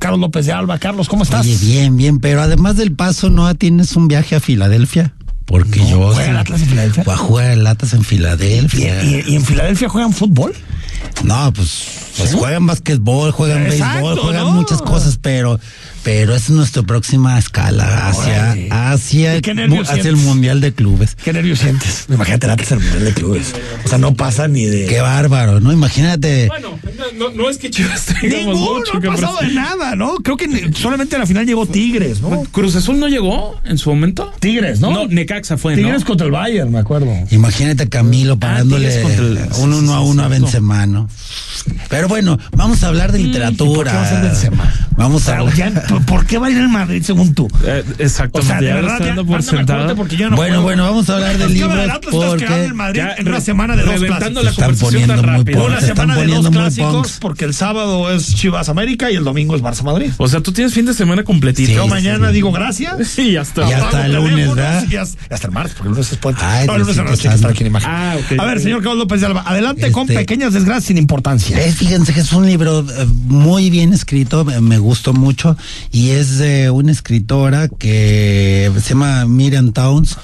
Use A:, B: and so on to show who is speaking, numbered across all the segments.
A: Carlos López de Alba. Carlos, ¿cómo estás?
B: Oye, bien, bien, pero además del paso, ¿no tienes un viaje a Filadelfia? Porque
A: No,
B: yo...
A: ¿juega el Atlas en Filadelfia?
B: Voy a jugar el Atlas en
A: ¿Y,
B: Filadelfia.
A: y- y en Filadelfia juegan fútbol?
B: No, pues, pues juegan basquetbol, juegan
A: Exacto,
B: béisbol, juegan
A: ¿no?
B: muchas cosas, pero pero esa es nuestra próxima escala hacia
A: Órale.
B: hacia,
A: ¿Y qué nervios
B: mu- hacia el
A: sientes?
B: mundial de clubes.
A: ¿Qué nervios sientes? Imagínate el Atlas en el Mundial de Clubes. O sea, no pasa ni de...
B: Qué bárbaro, ¿no? Imagínate.
C: Bueno, no, no- no es que Chivas tengamos
A: Ninguno,
C: mucho
A: no ha
C: que
A: pasado de
C: ofrecer.
A: nada, ¿no? Creo que ni- solamente a la final llegó Tigres, ¿no?
C: Cruz Azul no llegó en su momento.
A: Tigres, ¿no?
C: No, Necaxa fue, ¿no?
A: Tigres contra el Bayern, me acuerdo.
B: Imagínate a Camilo parándole
C: Tigres contra el-
B: un uno a uno a
C: Sí, sí,
B: Benzema, ¿no? Pero bueno, vamos a hablar de
A: ¿Y por qué va a ser
B: literatura.
A: Benzema?
B: Vamos
A: O
B: a
A: sea,
B: hablar.
A: ya, ¿por- ¿Por qué va a ir al Madrid según tú?
C: Eh,
A: O
C: exactamente.
A: sea, de
C: ya lo
A: verdad,
C: está
A: ya,
C: dando por
A: ándame,
C: sentado.
A: acuérdate porque yo no
B: Bueno,
A: juego.
B: bueno, vamos a hablar de
A: Es que
B: libros
A: el Atlas estás quedando
B: porque
A: en Madrid
C: Ya,
A: en una
C: re-
A: semana de dos
C: reventando
A: clásicos.
C: la
B: Están
C: conversación
B: poniendo
C: tan
B: muy
C: rápido.
B: pobres.
A: Una
B: se están
A: semana de dos
B: poniendo muy
A: clásicos
B: punks.
A: porque el sábado es Chivas América y el domingo es Barça Madrid.
C: O sea, tú tienes fin de semana completito.
B: Sí,
A: Yo
B: sí,
A: mañana
B: sí.
A: digo gracias.
C: Sí, ya está.
B: Ya. hasta el
A: Apago
B: lunes,
A: teléfonos
B: ¿verdad?
A: y hasta, hasta el martes, porque el lunes es puente.
B: Ay,
A: no, el lunes en la noche hay
B: Diosito
A: que estar
B: santo.
A: aquí en imagen.
C: Ah, ok.
A: A ver, señor Carlos López de Alba, adelante con
B: Este-
A: pequeñas desgracias sin importancia.
B: Eh, fíjense que es un libro eh, muy bien escrito, eh, me gustó mucho, y es de una escritora que se llama Miriam Towns.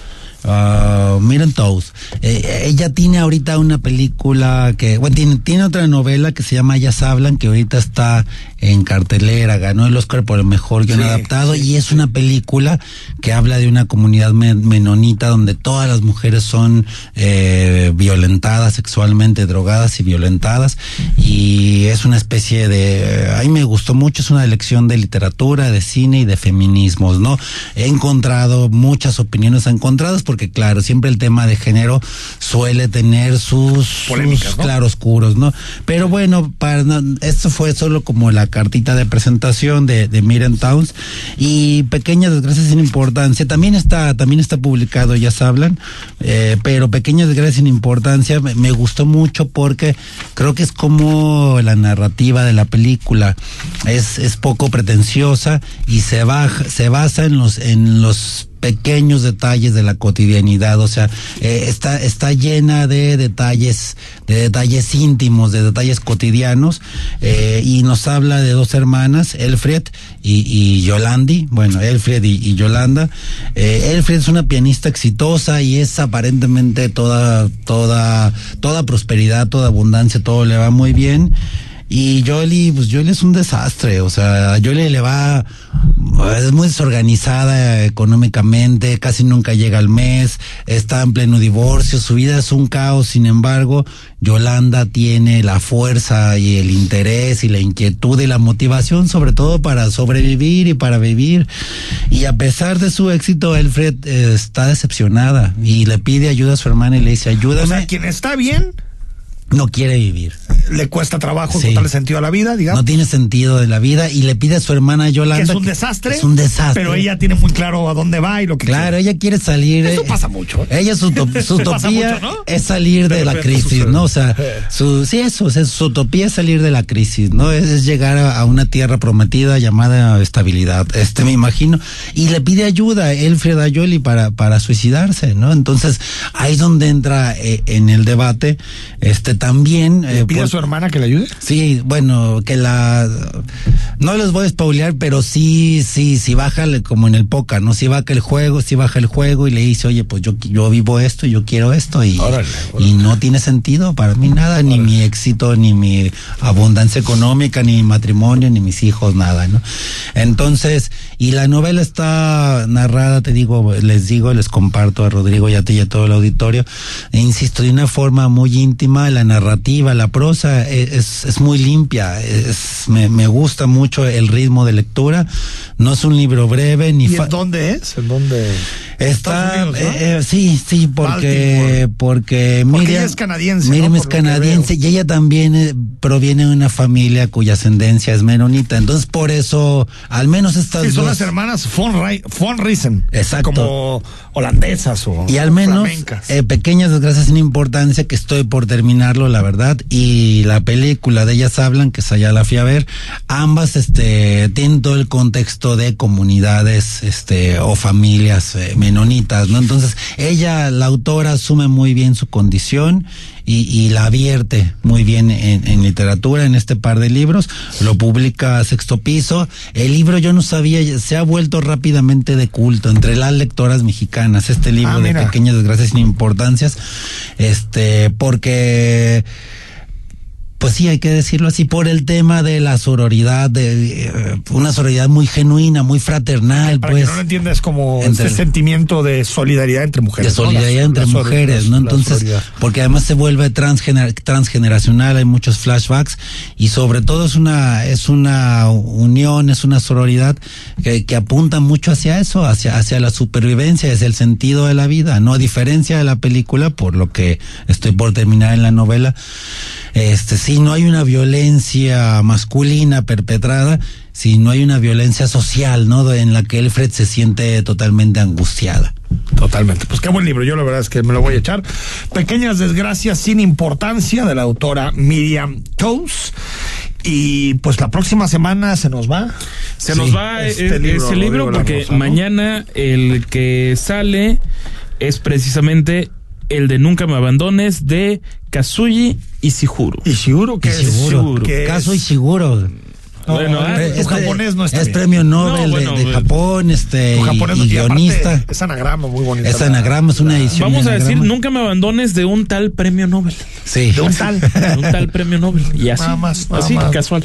B: ah, Miriam Towns. Eh, ella tiene ahorita una película que, bueno, tiene, tiene otra novela que se llama Ellas hablan, que ahorita está en cartelera, ganó el Oscar por el mejor guion
A: Sí,
B: adaptado, y es una película que habla de una comunidad men- menonita donde todas las mujeres son eh, violentadas sexualmente, drogadas y violentadas. Y es una especie de. A mí me gustó mucho, es una lección de literatura, de cine y de feminismos, ¿no? He encontrado muchas opiniones encontradas porque, claro, siempre el tema de género suele tener sus.
A: Polémicas,
B: sus
A: ¿no?
B: claroscuros, ¿no? Pero bueno, para, no- esto fue solo como la cartita de presentación de, de Miriam Towns y Pequeñas Desgracias sin Importancia. También está, también está publicado, ya se hablan, eh, pero Pequeñas Desgracias sin Importancia me, me gustó mucho porque creo que es como la narrativa de la película. Es, es poco pretenciosa y se, baja, se basa en los, en los pequeños detalles de la cotidianidad, o sea, eh, está, está llena de detalles, de detalles íntimos, de detalles cotidianos, eh, y nos habla de dos hermanas, Elfried y, y Yolandi, bueno, Elfried y, y Yolanda. Eh, Elfried es una pianista exitosa y es aparentemente toda, toda, toda prosperidad, toda abundancia, todo le va muy bien. Y Jolie, pues Jolie es un desastre, o sea, a Jolie le va, es muy desorganizada económicamente, casi nunca llega al mes, está en pleno divorcio, su vida es un caos, sin embargo, Yolanda tiene la fuerza y el interés y la inquietud y la motivación, sobre todo para sobrevivir y para vivir. Y a pesar de su éxito, Elfred eh, está decepcionada y le pide ayuda a su hermana y le dice,
A: O sea,
B: ayúdame,
A: quien está bien,
B: no quiere vivir.
A: le cuesta trabajo
B: Sí.
A: encontrarle sentido a la vida, digamos.
B: No tiene sentido de la vida y le pide a su hermana
A: que
B: Yolanda.
A: es un
B: que-
A: desastre.
B: Es un desastre.
A: Pero ella tiene muy claro a dónde va y lo que
B: Claro, ella quiere salir.
A: Eso
B: eh,
A: pasa mucho, ¿eh?
B: Ella su, to- su
A: Eso pasa
B: utopía
A: mucho, ¿no?
B: es salir de,
C: De
B: la
C: repente
B: crisis,
C: sucede.
B: ¿no? O sea, su, sí, eso, o sea, su utopía es salir de la crisis, ¿no? Es, es llegar a, a una tierra prometida llamada estabilidad, este me imagino. Y le pide ayuda a Elfred Ayoli para, para suicidarse, ¿no? Entonces, ahí es donde entra eh, en el debate, este también... eh,
A: quiere. Pide a su
B: por-
A: hermana que le ayude.
B: Sí, bueno, que la... No les voy a spoilear, pero sí, sí, sí baja el- como en el poca, ¿no? Sí baja el juego, sí baja el juego y le dice, oye, pues yo, qui- yo vivo esto, yo quiero esto y,
A: Órale,
B: y no tiene sentido para mí nada, ni mi éxito, ni mi abundancia económica, ni mi matrimonio, ni mis hijos, nada, ¿no? Entonces, y la novela está narrada, te digo, les digo, les comparto a Rodrigo y a ti y a todo el auditorio, e insisto, de una forma muy íntima, la narrativa, la prosa e- es, es muy limpia, es, me, me gusta mucho el ritmo de lectura, no es un libro breve ni...
A: ¿Y
B: fa-
A: en dónde es? ¿En dónde?
B: Está,
A: Estados Unidos, ¿no?
B: eh, eh, sí, sí, porque,
A: Baltimore. Porque
B: porque, Miriam,
A: ella es canadiense,
B: Miriam
A: ¿no?
B: es
A: Por lo que
B: canadiense y ella también eh, proviene de una familia cuya ascendencia es menonita. Entonces, por eso, al menos estas
A: Sí, son
B: dos-
A: las hermanas von, Ri- von Riesen.
B: Exacto.
A: Como holandesas o
B: y al menos
A: flamencas.
B: eh, pequeñas desgracias sin importancia que estoy por terminarlo la verdad y la película de ellas hablan que esa ya la fui a ver ambas este tienen todo el contexto de comunidades este o familias eh, menonitas, ¿no? Entonces, ella, la autora, asume muy bien su condición y, y la vierte muy bien en, en literatura, en este par de libros. Lo publica Sexto Piso. El libro yo no sabía, ya se ha vuelto rápidamente de culto entre las lectoras mexicanas. Este libro
A: Ah,
B: de
A: mira.
B: pequeñas desgracias sin importancias. Este, porque pues sí, hay que decirlo así, por el tema de la sororidad, de eh, una sororidad muy genuina, muy fraternal,
A: Para
B: pues,
A: que no lo entiendas como
B: entre-
A: este sentimiento de solidaridad entre
B: de
A: mujeres. ¿no?
B: solidaridad
A: La-
B: entre
A: la sor-
B: mujeres,
A: la-
B: ¿no?
A: la
B: Entonces,
A: sororidad.
B: porque además se vuelve transgener- transgeneracional, hay muchos flashbacks y sobre todo es una es una unión, es una sororidad que, que apunta mucho hacia eso, hacia hacia la supervivencia, es el sentido de la vida, no a diferencia de la película, por lo que estoy por terminar en la novela, este si no hay una violencia masculina perpetrada, si no hay una violencia social, ¿no? De- En la que Elfred se siente totalmente angustiada.
A: Totalmente. Pues qué buen libro. Yo la verdad es que me lo voy a echar. Pequeñas desgracias sin importancia de la autora Miriam Toes. Y pues la próxima semana se nos va.
C: Se
A: Sí,
C: nos va
A: este
C: eh, este
A: libro,
C: libro,
A: Rodrigo
C: porque
A: Lamosa, ¿no?
C: mañana el que sale es precisamente el de Nunca me abandones de Kazuyi Ishihuro.
A: Y seguro que es
B: seguro.
A: que
B: Caso
A: es-
B: y seguro.
A: No,
C: Bueno,
A: no,
C: eh,
A: tu
B: Es pre-
A: japonés no está
B: Es
A: bien.
B: premio Nobel
C: No, bueno,
B: de, de
C: eh,
B: Japón, este,
A: Tu
B: y-
A: japonés no
B: y,
A: tiene-
B: guionista.
A: aparte, Es anagrama muy bonito.
B: Es anagrama, es una edición.
C: Vamos a
B: de
C: decir
B: anagrama.
C: Nunca me abandones de un tal premio Nobel.
B: Sí.
A: De un tal.
C: De un tal premio Nobel. Y así.
A: Nada más, nada
C: así,
A: más.
C: casual.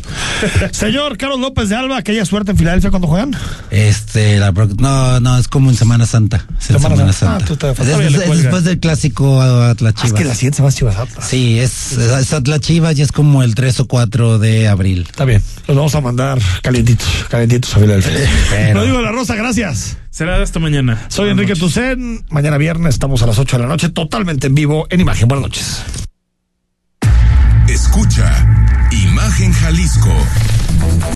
A: Señor Carlos López de Alba, aquella suerte en Filadelfia cuando juegan.
B: Este, la pro- no, no, es como en Semana Santa. Es en
A: Semana
B: Semana,
A: Santa. Ah,
B: Santa.
A: tú te-
B: Es- es-
A: todavía
B: es
A: le cuelgas.
B: después del clásico Atlas
A: Ah,
B: Chivas.
A: siguiente se va a Chivas.
B: Sí, es, es, es Atlas Chivas y es como el 3 o 4 de abril.
A: Está bien. Los vamos a mandar calientitos, calientitos a Filadelfia.
B: pero-
A: Lo digo la rosa, gracias.
C: Será hasta mañana.
A: Soy Enrique Tucen. Mañana viernes estamos a las 8 de la noche, totalmente en vivo, en imagen. Buenas noches.
D: Escucha Imagen Jalisco